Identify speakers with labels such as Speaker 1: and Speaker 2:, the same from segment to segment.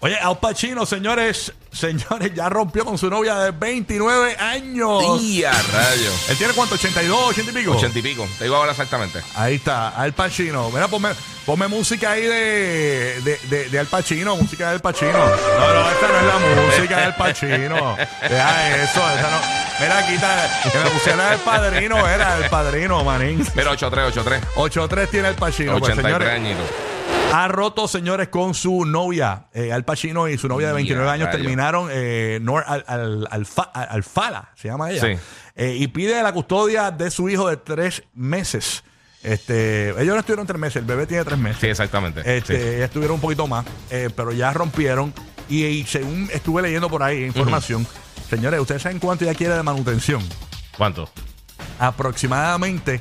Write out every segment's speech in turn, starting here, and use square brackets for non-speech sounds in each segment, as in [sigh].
Speaker 1: Oye, Al Pacino, señores, señores, ya rompió con su novia de 29 años.
Speaker 2: ¡Tía, rayo!
Speaker 1: ¿Él tiene cuánto? ¿82, 80 y pico?
Speaker 2: Ochenta y pico. Te digo ahora exactamente.
Speaker 1: Ahí está, Al Pacino. Mira, ponme, ponme música ahí de, de, de, de Al Pacino, música de Al Pacino. No, no, esta no es la música de Al Pacino. Deja eso, esa no. Mira, quita, que me pusiera el padrino, era el padrino, manín.
Speaker 2: Mira, 8383.
Speaker 1: 8-3 tiene el Pacino, pues,
Speaker 2: 83
Speaker 1: señores.
Speaker 2: añitos.
Speaker 1: Ha roto, señores, con su novia. Eh, Al Pacino y su novia de 29
Speaker 2: Ya,
Speaker 1: años
Speaker 2: rayo.
Speaker 1: terminaron eh, Nor- al, al- Alfa- al- Alfala, se llama ella.
Speaker 2: Sí.
Speaker 1: Eh, y pide la custodia de su hijo de tres meses. Este, ellos no estuvieron tres meses, el bebé tiene tres meses.
Speaker 2: Sí, exactamente.
Speaker 1: Este,
Speaker 2: Sí.
Speaker 1: ellas estuvieron un poquito más, eh, pero ya rompieron. Y, y según estuve leyendo por ahí información, señores, ¿ustedes saben cuánto ya quiere de manutención?
Speaker 2: ¿Cuánto?
Speaker 1: Aproximadamente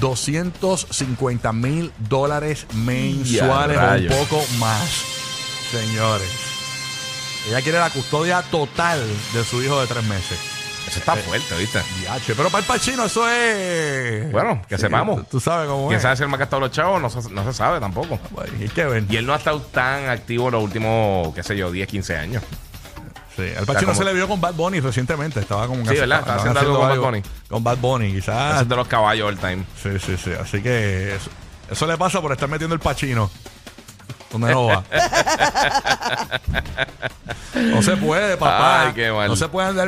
Speaker 1: 250 mil dólares mensuales, o un
Speaker 2: rayos.
Speaker 1: poco más, señores. Ella quiere la custodia total de su hijo de tres meses.
Speaker 2: Eso
Speaker 1: Eh.
Speaker 2: está fuerte, ¿viste?
Speaker 1: Diache, pero para el Pachino eso es...
Speaker 2: Bueno, que sepamos.
Speaker 1: Tú, tú sabes cómo
Speaker 2: ¿Quién
Speaker 1: es.
Speaker 2: sabe si el más gastado los chavos? No se, no se sabe tampoco.
Speaker 1: Bueno, hay que ver.
Speaker 2: Y él no ha estado tan activo los últimos, qué sé yo, 10, 15 años.
Speaker 1: Sí, Al Pacino
Speaker 2: como-
Speaker 1: se le vio con Bad Bunny recientemente. Estaba como
Speaker 2: Sí, ¿verdad? Estaba haciendo algo con Bad Bunny.
Speaker 1: Con Bad Bunny,
Speaker 2: Ese
Speaker 1: quizás.
Speaker 2: es de los caballos all time.
Speaker 1: Sí, sí, sí. Así que eso, eso le pasa por estar metiendo el Pachino. Donde no
Speaker 2: [laughs]
Speaker 1: va. no se puede, papá.
Speaker 2: Ay, qué mal.
Speaker 1: No se puede andar